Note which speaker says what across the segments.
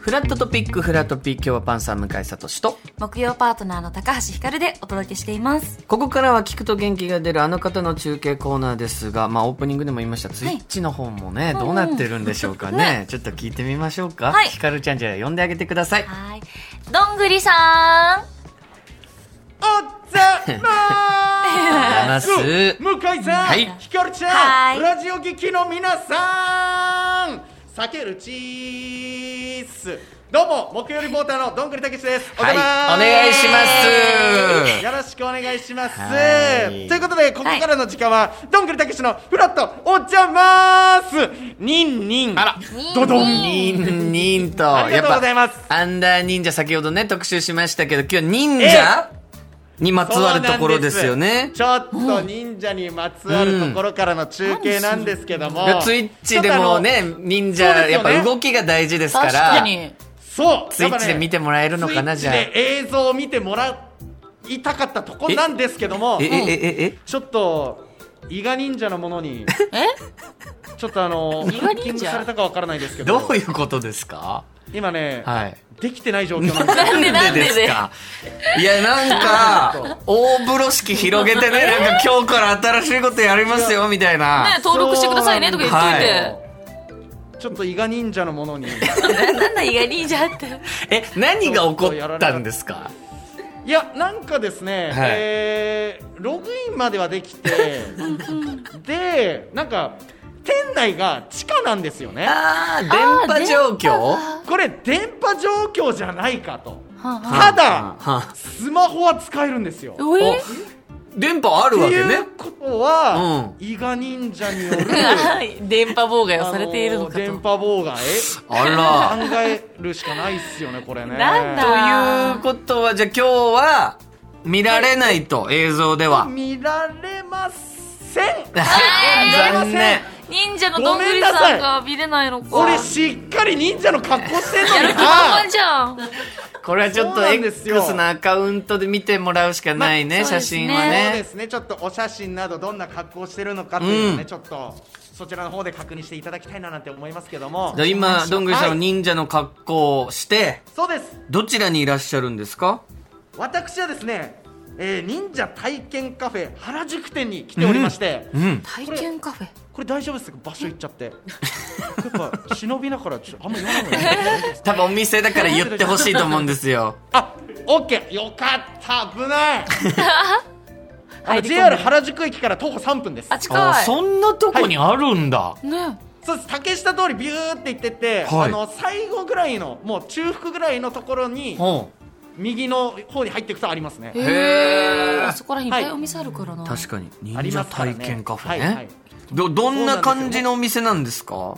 Speaker 1: フラットトピックフラトピ今日はパンサー向井聡と
Speaker 2: 木曜パートナーの高橋ひかるでお届けしています
Speaker 1: ここからは聞くと元気が出るあの方の中継コーナーですが、まあ、オープニングでも言いました、ツイッチの方もね、どうなってるんでしょうかね,、ちょっと聞いてみましょうか、
Speaker 2: はい
Speaker 1: ひかるちゃんじゃあ呼んであげてください
Speaker 2: はいどんぐりさ
Speaker 1: ざます
Speaker 3: 向井さん、
Speaker 1: はい
Speaker 3: ひかるち
Speaker 2: は
Speaker 3: ゃ
Speaker 2: い
Speaker 3: ん、ラジオ劇の皆さん、避けるチーズ。どうも木曜リポーターのどんぐりたけしです。お
Speaker 1: はい
Speaker 3: 邪魔
Speaker 1: お願いします
Speaker 3: よろしくお願いします。
Speaker 1: はい
Speaker 3: ということでここからの時間は、どんぐりたけしのフラットお邪魔ーす。ニンニン。あら
Speaker 2: ん
Speaker 3: ドドン。
Speaker 1: ニンニンと
Speaker 3: ありがとうございます
Speaker 1: やっぱアンダー忍者先ほどね特集しましたけど今日忍者にまつわるところですよね
Speaker 3: ちょっと忍者にまつわるところからの中継なんですけども、
Speaker 1: いやツイッチでもね忍者
Speaker 3: そうです
Speaker 1: やっ
Speaker 3: よね
Speaker 1: ぱ動きが大事です
Speaker 2: ん
Speaker 1: から
Speaker 3: そう
Speaker 1: ツイッチで見てもらえ
Speaker 3: え
Speaker 1: るのかなじゃあえ
Speaker 3: で映像を見てもらいたかったとこなんですけども
Speaker 1: えええ
Speaker 3: ちょっと伊賀忍者のもの に
Speaker 2: え
Speaker 3: ちょっとあの
Speaker 2: 伊賀忍者
Speaker 3: ハッキングされたかわからないですけ
Speaker 1: え
Speaker 3: ど
Speaker 1: どういうことですか
Speaker 3: 今ね、
Speaker 1: はい
Speaker 3: できてない状況なんです
Speaker 2: なんでなんで
Speaker 1: ですかいやなんか大風呂敷広げてねなんか今日から新しいことやりますよみたいな
Speaker 2: ね登録してくださいねとか言っといて、
Speaker 1: は
Speaker 3: ちょっと伊賀忍者のものに
Speaker 2: なんだ意外にいいじゃんって
Speaker 1: え何が起こったんですか
Speaker 3: いやなんかですね、
Speaker 1: はい
Speaker 3: えーログインまではできて でなんか店内が地下なんですよね
Speaker 1: あー電波状況
Speaker 3: これ電波状況じゃないかと
Speaker 2: は
Speaker 3: た
Speaker 1: はあは
Speaker 3: だスマホは使えるんですよ
Speaker 2: おえ
Speaker 1: 電波ある
Speaker 3: と
Speaker 1: わけ
Speaker 3: いう
Speaker 1: ね
Speaker 3: ことは、
Speaker 1: う
Speaker 3: 伊賀忍者によ る
Speaker 2: 電波妨害を
Speaker 3: あ
Speaker 2: されているの
Speaker 3: の
Speaker 2: かと、
Speaker 3: 電波妨害
Speaker 1: あら
Speaker 3: 考えるしかないっすよねこれね
Speaker 2: なんだ
Speaker 1: ということはじゃあ今日は見られないと映像では
Speaker 3: 見られません
Speaker 1: 残念
Speaker 2: 忍者のどんぐりさんが見れないのか
Speaker 3: 俺しっかり忍者の格好してんの
Speaker 2: やる
Speaker 3: に
Speaker 2: 気満
Speaker 3: な
Speaker 2: 々じゃん
Speaker 1: これはちょっ
Speaker 3: そう
Speaker 1: と
Speaker 3: なんですよ
Speaker 1: X のアカウントで見てもらうしかないね、
Speaker 2: まあ
Speaker 1: 写真は
Speaker 3: そう
Speaker 1: ね
Speaker 3: ですねちょっとお写真などどんな格好をしてるのかっていうのを
Speaker 1: う
Speaker 3: ね、
Speaker 1: ん
Speaker 3: ちょっとそちらの方で確認していただきたいななんて思いますけども
Speaker 1: じゃあ今どんぐりさんは
Speaker 3: はい
Speaker 1: 忍者の格好をして
Speaker 3: そうです
Speaker 1: どちらにいらっしゃるんですか
Speaker 3: 私はですね、えー忍者体験カフェ原宿店に来ておりまして、
Speaker 1: うん
Speaker 2: 体験カフェ
Speaker 3: これ大丈夫ですか場所行っち ゃってやっぱ忍びなからちょっとあんま言わない方がいい大丈夫です
Speaker 1: 多分お店だから言ってほしいと思うんですよ
Speaker 3: あオッケーよかった危ない あ
Speaker 2: 入り込
Speaker 3: の
Speaker 2: んだ
Speaker 3: JR 原宿駅から徒歩3分です
Speaker 2: あ近い
Speaker 1: んなとこにあるんだ、
Speaker 2: ね
Speaker 3: そうです竹下通りビューって行ってって、
Speaker 1: はい
Speaker 3: あの最後ぐらいのもう中腹ぐらいのところに
Speaker 1: ほ
Speaker 3: 右の方に入っていくとありますね
Speaker 2: へ
Speaker 1: へ
Speaker 2: え
Speaker 1: ー
Speaker 2: あそこらにいっぱいお店あるからな、
Speaker 1: う確かに
Speaker 3: あ
Speaker 1: 忍
Speaker 3: り
Speaker 1: 者
Speaker 3: ますから
Speaker 1: 体
Speaker 3: ね
Speaker 1: 験カフェね
Speaker 3: はいはい
Speaker 1: どどんな感じのお店なんですか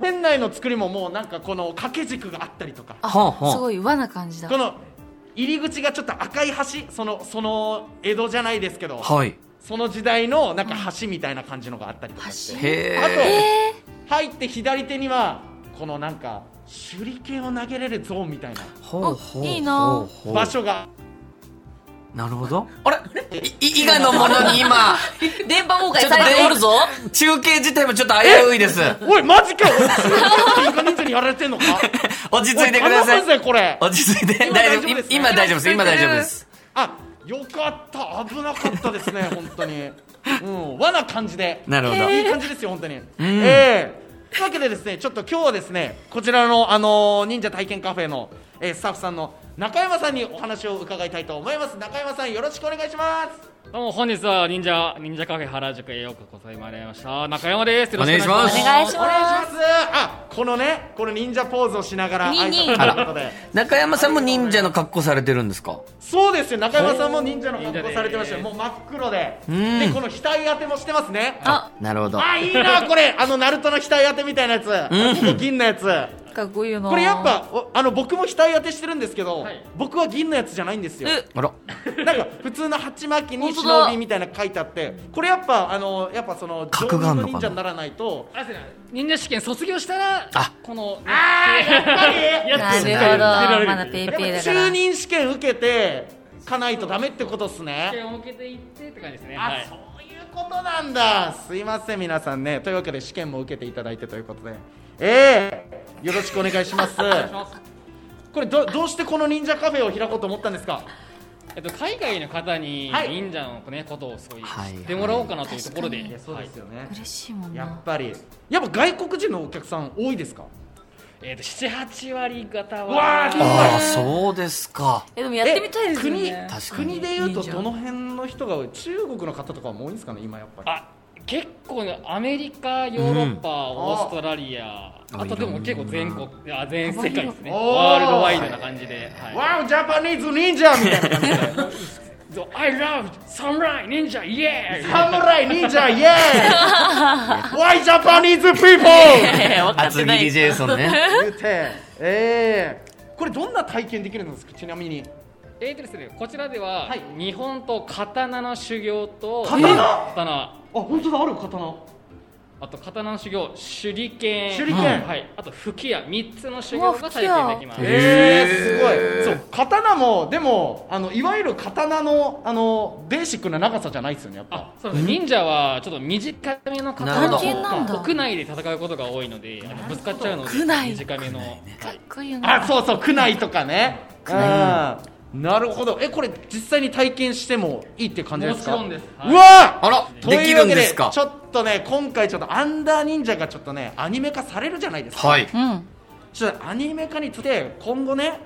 Speaker 3: 店内の作りももうなんかこの掛け軸があったりとか
Speaker 2: あ、
Speaker 1: はあはあ
Speaker 2: すごい和な感じだ
Speaker 3: この入り口がちょっと赤い橋そのその江戸じゃないですけど、
Speaker 1: はい
Speaker 3: その時代のなんか橋みたいな感じのがあったりとかして
Speaker 2: 橋
Speaker 1: へ
Speaker 3: あと
Speaker 1: え
Speaker 3: 入って左手にはこのなんか手裏剣を投げれるゾーンみたいな
Speaker 1: ほうほう
Speaker 2: あいいな
Speaker 1: ほうほう
Speaker 3: 場所が
Speaker 1: なるほどあれい伊賀のものに今
Speaker 2: 電波妨害
Speaker 1: さ
Speaker 2: さ
Speaker 1: れ
Speaker 2: れ
Speaker 1: て
Speaker 2: て
Speaker 1: お
Speaker 2: お
Speaker 1: る
Speaker 2: るぞ
Speaker 1: 中継自体もちょっと危ういです
Speaker 3: おいマジかよ インカ忍者にやられてんのか
Speaker 1: 落ち着いてください
Speaker 3: お頼むぜこれ
Speaker 1: 落ち着いて
Speaker 3: 今
Speaker 1: 大
Speaker 3: 大
Speaker 1: 丈
Speaker 3: 丈夫
Speaker 1: 夫
Speaker 3: ですね
Speaker 1: 今大丈夫です今大丈夫です
Speaker 3: あよかった危なかっ たですね本当にうん和な感じで
Speaker 1: なるほど
Speaker 3: いい感じですよ本当に、ええというわけでですねちょっと今日はですねこちらのあのー忍者体験カフェの、えースタッフさんの中山さんにお話を伺いたいと思います中山さんよろしくお願いします
Speaker 4: どうも本日は忍者忍者カフェ原宿へようこそまいりました中山ですよ
Speaker 1: お
Speaker 4: ろ
Speaker 1: 願い
Speaker 4: し
Speaker 1: し
Speaker 4: くお願
Speaker 1: ま
Speaker 4: いします
Speaker 2: お願いし
Speaker 3: お願い
Speaker 2: ま
Speaker 3: し
Speaker 2: す
Speaker 3: ますあこのねこの忍者ポーズをしながら
Speaker 2: に
Speaker 3: 挨拶
Speaker 2: に
Speaker 3: ということで
Speaker 1: 中山さんも忍者の格好されてるんですか
Speaker 3: そうですよ中山さんも忍者の格好されてましたよも
Speaker 4: 忍
Speaker 3: う真っ黒で
Speaker 1: ん
Speaker 3: でこの額当てもしてますね
Speaker 2: あ
Speaker 1: なるほど
Speaker 3: あいいなこれあのナルトの額当てみたいなやつ、銀のやつ
Speaker 2: かっこいいよな
Speaker 3: これやっぱおあの僕も額当てしてるんですけど、
Speaker 4: はい
Speaker 3: 僕は銀のやつじゃないん ですよ
Speaker 2: え
Speaker 1: あら
Speaker 3: なんか普通の鉢巻きに
Speaker 2: 本当だ
Speaker 3: 忍びみたいなの書いてあってこれやっぱあのやっぱその
Speaker 1: 格があんのかな
Speaker 3: 上級忍者にならない と
Speaker 4: あそうだ忍者試験卒業したら
Speaker 1: あ
Speaker 4: この
Speaker 3: あーやっぱり
Speaker 2: なる
Speaker 4: やってら
Speaker 2: ほ
Speaker 4: れ
Speaker 2: ど
Speaker 4: る
Speaker 2: まだペイ
Speaker 3: やっ
Speaker 2: ペイ
Speaker 3: ぱ
Speaker 2: だから
Speaker 3: 中忍試験受けてかないとダメってことっすね
Speaker 4: 試験を受けていってって感じですね
Speaker 3: あ、
Speaker 4: はい
Speaker 3: そういうことなんだすいません皆さんねというわけで試験も受けていただいてということでええよろしくお願いします これどどうしてこの忍者カフェを開こうと思ったんですか
Speaker 4: えっと、海外の方に
Speaker 3: はい
Speaker 4: 忍者の、ね、ことをすごい知
Speaker 1: はい
Speaker 4: ってもらおうかなというところで、
Speaker 2: はい
Speaker 3: いやそうですよね、
Speaker 2: 嬉しいもん
Speaker 3: やっ
Speaker 2: な。
Speaker 3: ぱりやっぱ外国人のお客さん多いですか
Speaker 4: えっと、7、8割方
Speaker 3: うわ
Speaker 4: は
Speaker 3: ーすごい
Speaker 1: ああそうですか
Speaker 2: え、でもやってみたいですよね。
Speaker 1: え確かに
Speaker 3: 国でいうと
Speaker 2: いいじゃん
Speaker 3: どの辺の人が多い中国の方とかも多いんですかね今やっぱり
Speaker 4: あ結構ね、アメリカ、ヨーロッパ、オーストラリア、
Speaker 1: あ
Speaker 4: あとでも結構全国、あ全世界ですね、
Speaker 3: おー
Speaker 4: ワールドワイドな感じで、はい、
Speaker 3: わおジャパニーズ忍者みたいな
Speaker 4: So, I love samurai
Speaker 3: 侍
Speaker 4: ninja, yeah!
Speaker 3: 忍者イエーイ Why Japanese people!
Speaker 2: え、分かって
Speaker 1: 厚
Speaker 2: な
Speaker 1: 切り
Speaker 2: い。
Speaker 1: ジェイソンね
Speaker 3: 言うてええこれどんな体験できるんですかちなみに
Speaker 4: えーとですね、こちらでは、
Speaker 3: はい
Speaker 4: 日本と刀の修行と、
Speaker 3: 刀
Speaker 4: 刀
Speaker 3: あ本当だある刀
Speaker 4: あと刀の修行、手裏剣、
Speaker 3: 手裏剣
Speaker 4: はい、あと吹き矢、3つの修行が体験できます。
Speaker 3: え
Speaker 1: へー
Speaker 3: ー、すごいそう刀もでもあのいわゆる刀のあのベーシックな長さじゃないですよねやっぱ
Speaker 4: あそうです忍者はちょっと短め
Speaker 1: な
Speaker 4: の
Speaker 1: るほ
Speaker 4: 刀
Speaker 1: ど
Speaker 4: を
Speaker 1: 短
Speaker 2: 剣なんだ
Speaker 4: 屋内で戦うことが多いのであのぶつかっちゃうので
Speaker 2: 屋内
Speaker 4: 短めの
Speaker 2: かっこいいよ
Speaker 3: あ
Speaker 2: な。
Speaker 3: そうそう苦内とかねう
Speaker 1: 内
Speaker 3: んなるほどえこれ実際に体験してもいいっていう感じですか
Speaker 4: もちろんですはいう
Speaker 3: わ
Speaker 1: あら
Speaker 3: という
Speaker 1: できるんです
Speaker 3: わ
Speaker 1: か
Speaker 3: けでちょっとね今回ちょっとアンダー忍者がちょっとねアニメ化されるじゃないですか
Speaker 1: はい
Speaker 2: うん。
Speaker 3: ちょっとアニメ化について今後ね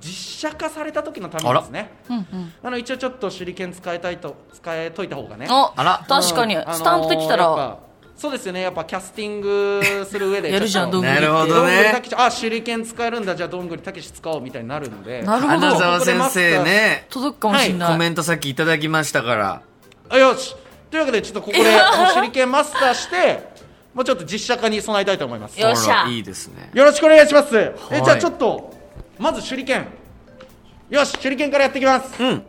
Speaker 3: 実写化された時のためにですね
Speaker 2: うんうん。
Speaker 3: あの一応ちょっと手裏剣使いたいと使えといた方がね
Speaker 2: お、
Speaker 1: あら
Speaker 2: 確かに、
Speaker 3: うん
Speaker 2: スタンプできた
Speaker 3: あのー
Speaker 2: ら。
Speaker 3: やっぱそうですよねやっぱキャスティングする上で
Speaker 2: やるじゃん
Speaker 3: ちょっと
Speaker 1: なるほ
Speaker 3: どん
Speaker 1: ど
Speaker 3: ぐりた
Speaker 1: ね
Speaker 3: けしあ手裏剣使えるんだじゃあどんぐりたけし使おうみたいになるんで
Speaker 2: なるほ
Speaker 1: 花
Speaker 2: ど。
Speaker 1: 澤先生ね
Speaker 2: 届くかもしれ
Speaker 1: コ
Speaker 2: な
Speaker 1: メ
Speaker 2: い。
Speaker 1: ントさっきいただきましたから
Speaker 3: あよしというわけでちょっとここであの手裏剣マスターしてもうちょっと実写化に備えたいと思います
Speaker 2: よっしゃ
Speaker 1: ほらいいですね
Speaker 3: よろしくお願いします、え
Speaker 1: い
Speaker 3: じゃあちょっとまず手裏剣よし手裏剣からやっていきます
Speaker 1: うん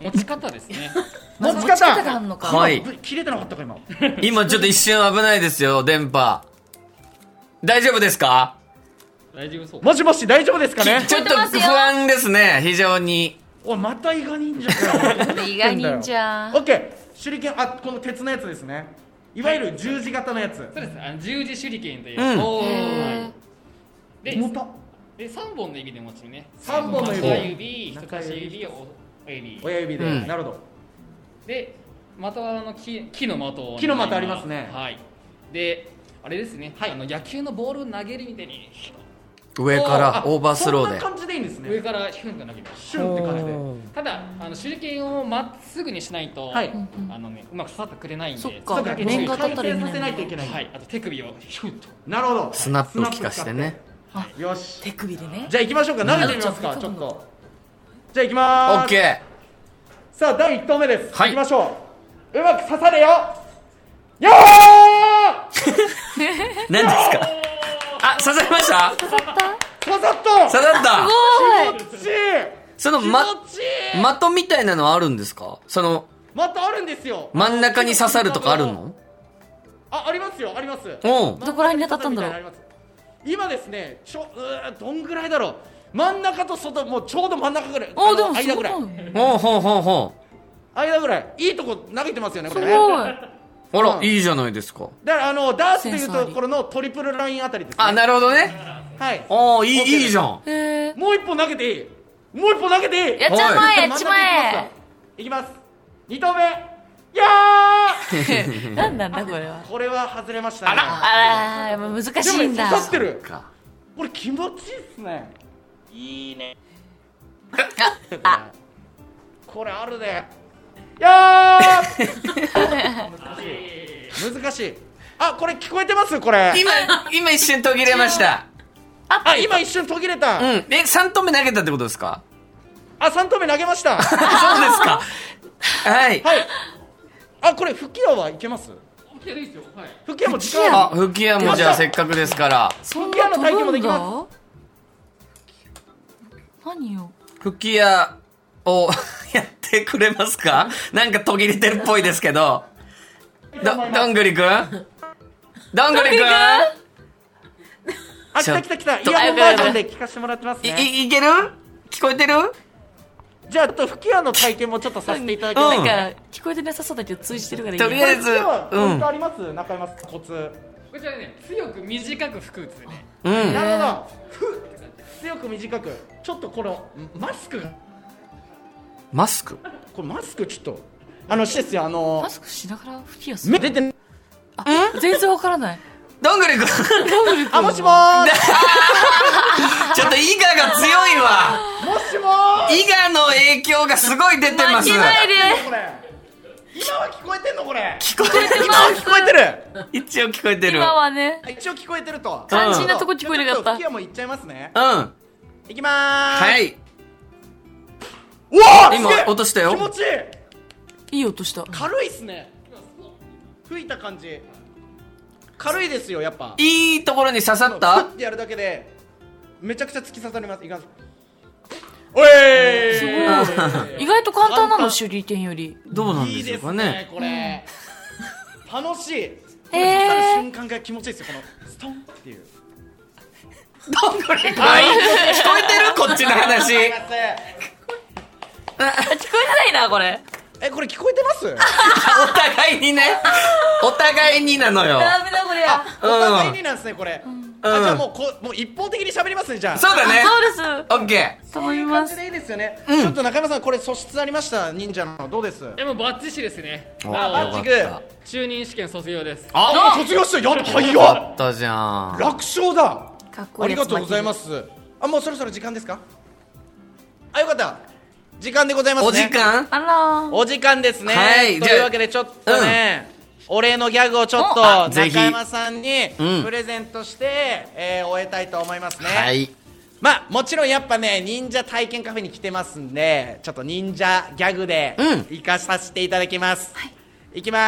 Speaker 4: 持ち方ですね
Speaker 3: 持ち
Speaker 2: 持ち方があ
Speaker 3: 方
Speaker 2: るのか。
Speaker 1: はい
Speaker 3: ぶ切れてなかったか今
Speaker 1: 今ちょっと一瞬危ないですよ電波大丈夫ですか
Speaker 4: 大丈夫そう
Speaker 3: もしもし大丈夫ですかね
Speaker 1: ちょっと不安ですね非常に
Speaker 3: おいまた伊賀忍者かよ
Speaker 2: 伊賀忍者
Speaker 3: オッケー手裏剣あこの鉄のやつですねいわゆる十字型のやつ
Speaker 4: そうですあの十字手裏剣という、
Speaker 1: うん
Speaker 4: おー
Speaker 2: へー
Speaker 4: で
Speaker 3: 重た
Speaker 4: で3本の指で持ちね
Speaker 3: 三本の指
Speaker 4: 中指人
Speaker 3: 中
Speaker 4: 差し
Speaker 3: 指
Speaker 4: 指を指
Speaker 3: 親指で、
Speaker 1: うん
Speaker 3: なるほど
Speaker 4: で的はあの木木の的を
Speaker 3: 木の的ありますね
Speaker 4: はいであれですね、あの野球のボールを投げるみたいに
Speaker 1: 上から
Speaker 3: あ
Speaker 1: オーバースローで
Speaker 3: そんな感じでいいんです
Speaker 4: 上
Speaker 3: ね
Speaker 4: からヒュンと投げます
Speaker 3: シュンって感じで
Speaker 4: ただあの手裏剣をまっすぐにしないと、
Speaker 3: はい
Speaker 4: あのねうまく刺さってくれないんで
Speaker 2: そっ
Speaker 4: そ
Speaker 2: か
Speaker 4: こだけ注意
Speaker 2: 面
Speaker 3: 面
Speaker 2: が
Speaker 3: が
Speaker 2: 立っ
Speaker 3: 回
Speaker 2: たら意
Speaker 3: 転
Speaker 2: 味な
Speaker 3: さ
Speaker 2: い
Speaker 3: せないといけない、
Speaker 4: はいあと手首をヒュンと
Speaker 3: なるほど
Speaker 1: スナップを効かしてね
Speaker 3: スナップ使ってよし
Speaker 2: 手首でね。
Speaker 3: じゃあ行きましょうか投げてみますか
Speaker 2: うん
Speaker 3: ちょっとじゃあ行き
Speaker 1: オ
Speaker 3: まー
Speaker 1: ッ
Speaker 3: す
Speaker 1: ケ
Speaker 3: さあ第一投目です、
Speaker 1: はい
Speaker 3: 行きましょううまく刺されよよ
Speaker 1: ー
Speaker 3: ー
Speaker 1: 何ですかあ刺さりました刺
Speaker 3: 刺さった
Speaker 1: さった
Speaker 2: おい
Speaker 3: 気持ちいい
Speaker 1: その
Speaker 3: 気持
Speaker 1: ま
Speaker 3: ちいい
Speaker 1: 的みたいなのはあるんですかその
Speaker 3: またあるんですよ
Speaker 1: 真ん中に刺さるとかあるの
Speaker 3: あありますよあります
Speaker 1: うん
Speaker 2: どこら辺に当たったんだろう
Speaker 3: 真中に刺さるみいなのあります今ですねちょうーどんぐらいだろう真ん中と外もうちょうど真ん中ぐらい
Speaker 2: お、
Speaker 3: あ
Speaker 2: で
Speaker 3: の
Speaker 2: もす
Speaker 3: 間
Speaker 2: ご
Speaker 3: ぐ
Speaker 2: い
Speaker 3: らい。
Speaker 1: ほうほうほうほ
Speaker 3: 間ぐらいいいとこ投げてますよねこ
Speaker 2: す
Speaker 3: れ
Speaker 2: ご
Speaker 3: ね
Speaker 2: い。
Speaker 1: うあら、
Speaker 3: うん
Speaker 1: いいじゃないですか
Speaker 3: だからあのダーツとい
Speaker 2: セ
Speaker 3: う
Speaker 2: ンサー
Speaker 3: と
Speaker 2: に
Speaker 3: ころのトリプルラインあたりです、ね、
Speaker 1: あなるほどね
Speaker 3: はい
Speaker 1: ああいい
Speaker 3: OK です
Speaker 1: いいじゃん
Speaker 2: へえ。
Speaker 3: もう一本投げていいもう一本投げてい い
Speaker 2: やっちま
Speaker 1: は
Speaker 2: え、やっちまえ。
Speaker 3: いきます2投目や ー
Speaker 2: なんなんだこれは。
Speaker 3: これは外れましたね
Speaker 2: あら、やっぱ難しい
Speaker 3: で
Speaker 2: ん
Speaker 3: も
Speaker 2: だ。
Speaker 3: 刺さってる
Speaker 1: か
Speaker 3: これ気持ちいいっすねいい ね
Speaker 2: あ
Speaker 3: これあるでやー難しいあこれ聞こえてますこれ
Speaker 1: 今今一瞬途切れま した
Speaker 3: あ今一瞬途切れた、
Speaker 1: うんえ3投目投げたってことですか
Speaker 3: あ三投目投げましたは
Speaker 1: そうですか はい
Speaker 3: いあこれ吹き矢はいけます
Speaker 4: いやいいですよはい
Speaker 3: 吹き矢も時
Speaker 2: 吹き
Speaker 1: あ
Speaker 3: 間あ
Speaker 1: 吹き矢もじゃあせっかくですから
Speaker 2: そんな飛ぶんだ何よ。
Speaker 1: 吹き矢を やってくれますかなんか途切れてるっぽいですけどどどんぐりくんどんぐりくん
Speaker 3: 来た来た来たイ
Speaker 1: ちょ
Speaker 3: ヤホンバージョンで聞かせてもらってますね
Speaker 1: いいいける聞こえてる
Speaker 3: じゃあちょっと吹き矢の体験もちょっとさせていただき
Speaker 1: う
Speaker 3: ま
Speaker 1: ん
Speaker 3: す、
Speaker 2: なんか、聞こえてなさそうだけど通じてるからいい
Speaker 1: と
Speaker 2: や
Speaker 1: りあえず
Speaker 3: これ吹き矢
Speaker 1: う
Speaker 3: はポイン
Speaker 1: ん
Speaker 3: トあります、中山さんコツ
Speaker 4: こちらね強く短く服打つね
Speaker 1: うん。
Speaker 3: なるほどふっ強く短くちょっとこのマスクが
Speaker 1: マスク
Speaker 3: これマスクちょっとあのしてっすよあの
Speaker 5: マスクしながら吹きをする
Speaker 3: 目出てない
Speaker 5: あ全然わからない
Speaker 1: どんぐり くん
Speaker 3: あもしもーし
Speaker 1: ちょっと伊賀が強いわ
Speaker 3: もしもー
Speaker 1: 伊賀の影響がすごい出てます
Speaker 5: 負けないで
Speaker 3: これ今は聞こえてんのこれ
Speaker 1: 聞こえて
Speaker 3: 今は聞こえてる
Speaker 1: 一応聞こえてる
Speaker 5: 今はね
Speaker 3: 一応聞こえてると
Speaker 5: 肝心なとこ聞こえなかった
Speaker 3: じゃあちょと吹き矢もいっちゃいますね
Speaker 1: うんはい
Speaker 3: きまーす
Speaker 1: いう
Speaker 3: わー
Speaker 1: 今
Speaker 3: すげえ
Speaker 1: 落としたよ
Speaker 3: 気持ちいい
Speaker 5: いい音した
Speaker 3: 軽いっすね吹いた感じ軽いですよやっぱ
Speaker 1: いいところに刺さっ
Speaker 3: パ
Speaker 1: た
Speaker 3: ッてやるだけでめちゃくちゃ突き刺さりますいきますおえー
Speaker 5: すごい意外と簡単なの手裏剣より
Speaker 1: どうなん
Speaker 3: い
Speaker 1: で
Speaker 3: い
Speaker 1: しょ
Speaker 3: で
Speaker 1: うか
Speaker 3: す
Speaker 1: ね
Speaker 3: ねこれ楽しいこれ刺さる
Speaker 5: へー
Speaker 3: 瞬間が気持ちいいですよこのストンっていう
Speaker 1: どんぐりくん聞こえてるこっちの話
Speaker 3: います
Speaker 5: あ聞こえないなこれ
Speaker 3: えこれ聞こえてます
Speaker 1: お互いにねお互いになのよ
Speaker 5: ダメだこれ
Speaker 3: あ
Speaker 5: は
Speaker 3: お互いになんですねこれあ
Speaker 1: うん
Speaker 3: じゃあもうこうもう一方的に喋りますねじゃあ
Speaker 1: そうだね
Speaker 5: そうです
Speaker 1: オッケ
Speaker 5: 頼み
Speaker 1: ー
Speaker 3: こういう感
Speaker 5: ま
Speaker 3: じ
Speaker 5: す
Speaker 3: でいいですよねちょっと中山さんこれ素質ありました忍者のどうです
Speaker 4: えもうバッチシですね
Speaker 1: あ
Speaker 4: あ
Speaker 3: バ
Speaker 4: の
Speaker 3: ッチ
Speaker 1: よ
Speaker 3: グ
Speaker 1: かっ
Speaker 4: 中任試験卒業です
Speaker 3: あ卒業したやっ早っ
Speaker 1: あったじゃん
Speaker 3: 楽勝だ
Speaker 5: かっこ
Speaker 3: あ
Speaker 5: いい
Speaker 3: り
Speaker 5: やつ
Speaker 3: がとうございますあもうそろそろ時間ですかあよかった時間でございますね
Speaker 1: お時間
Speaker 5: あらー
Speaker 3: お時間ですね、
Speaker 1: はい
Speaker 3: と
Speaker 1: じ
Speaker 3: い
Speaker 1: ゃ
Speaker 3: う
Speaker 1: あ
Speaker 3: わけでちょっとね、お礼のギャグをちょっと
Speaker 5: お
Speaker 1: あぜひ
Speaker 3: 中山さんに
Speaker 1: うん
Speaker 3: プレゼントして、えー終えたいと思いますね、
Speaker 1: はい
Speaker 3: まあもちろんやっぱね忍者体験カフェに来てますんでちょっと忍者ギャグで
Speaker 1: うん
Speaker 3: 行かさせていただきます、いきま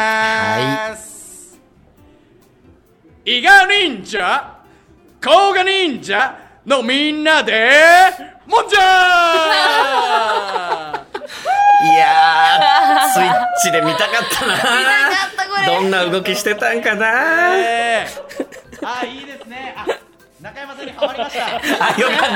Speaker 3: ーす、伊賀忍者甲賀忍者のみんなでもんじ ゃー
Speaker 1: いやー スイッチで見たかったなどんな動きしてたんかな
Speaker 3: えーあいいですねあ中山さんにハマりました
Speaker 1: あよかっ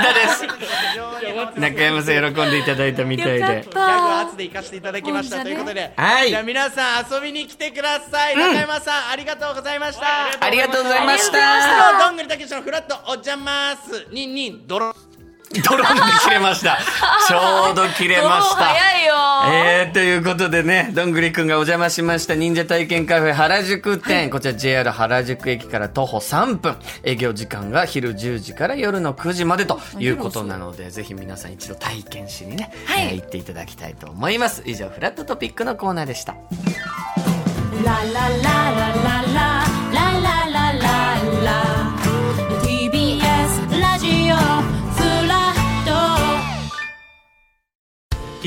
Speaker 1: たです
Speaker 3: 非常にハマってます
Speaker 1: 中山さん喜んでいただいたみたい
Speaker 5: よかっ
Speaker 1: で
Speaker 5: た
Speaker 3: ギャグ圧で行かせていただきました
Speaker 5: 本
Speaker 3: と
Speaker 5: 当
Speaker 3: い
Speaker 5: だね
Speaker 3: うことで、
Speaker 1: はい
Speaker 3: じゃあ皆さん遊びに来てください、中山さんありがとうございました
Speaker 1: ありがとうございまし
Speaker 3: 以上
Speaker 1: た
Speaker 3: どんぐりたけしのフラットお邪魔すにんにんドロ
Speaker 1: ドローンで切れ ましたちょうど切れま
Speaker 5: もう
Speaker 1: した
Speaker 5: 早いよ
Speaker 1: えー、ということでね、どんぐりくんがお邪魔しました忍者体験カフェ原宿店、こちら JR 原宿駅から徒歩3分、営業時間が昼10時から夜の9時までということなので、ぜひ皆さん一度体験しにね、えー行っていただきたいと思います。以上、フラットトピックのコーナーでした。
Speaker 2: ラララララララララララ TBS ラジオフラット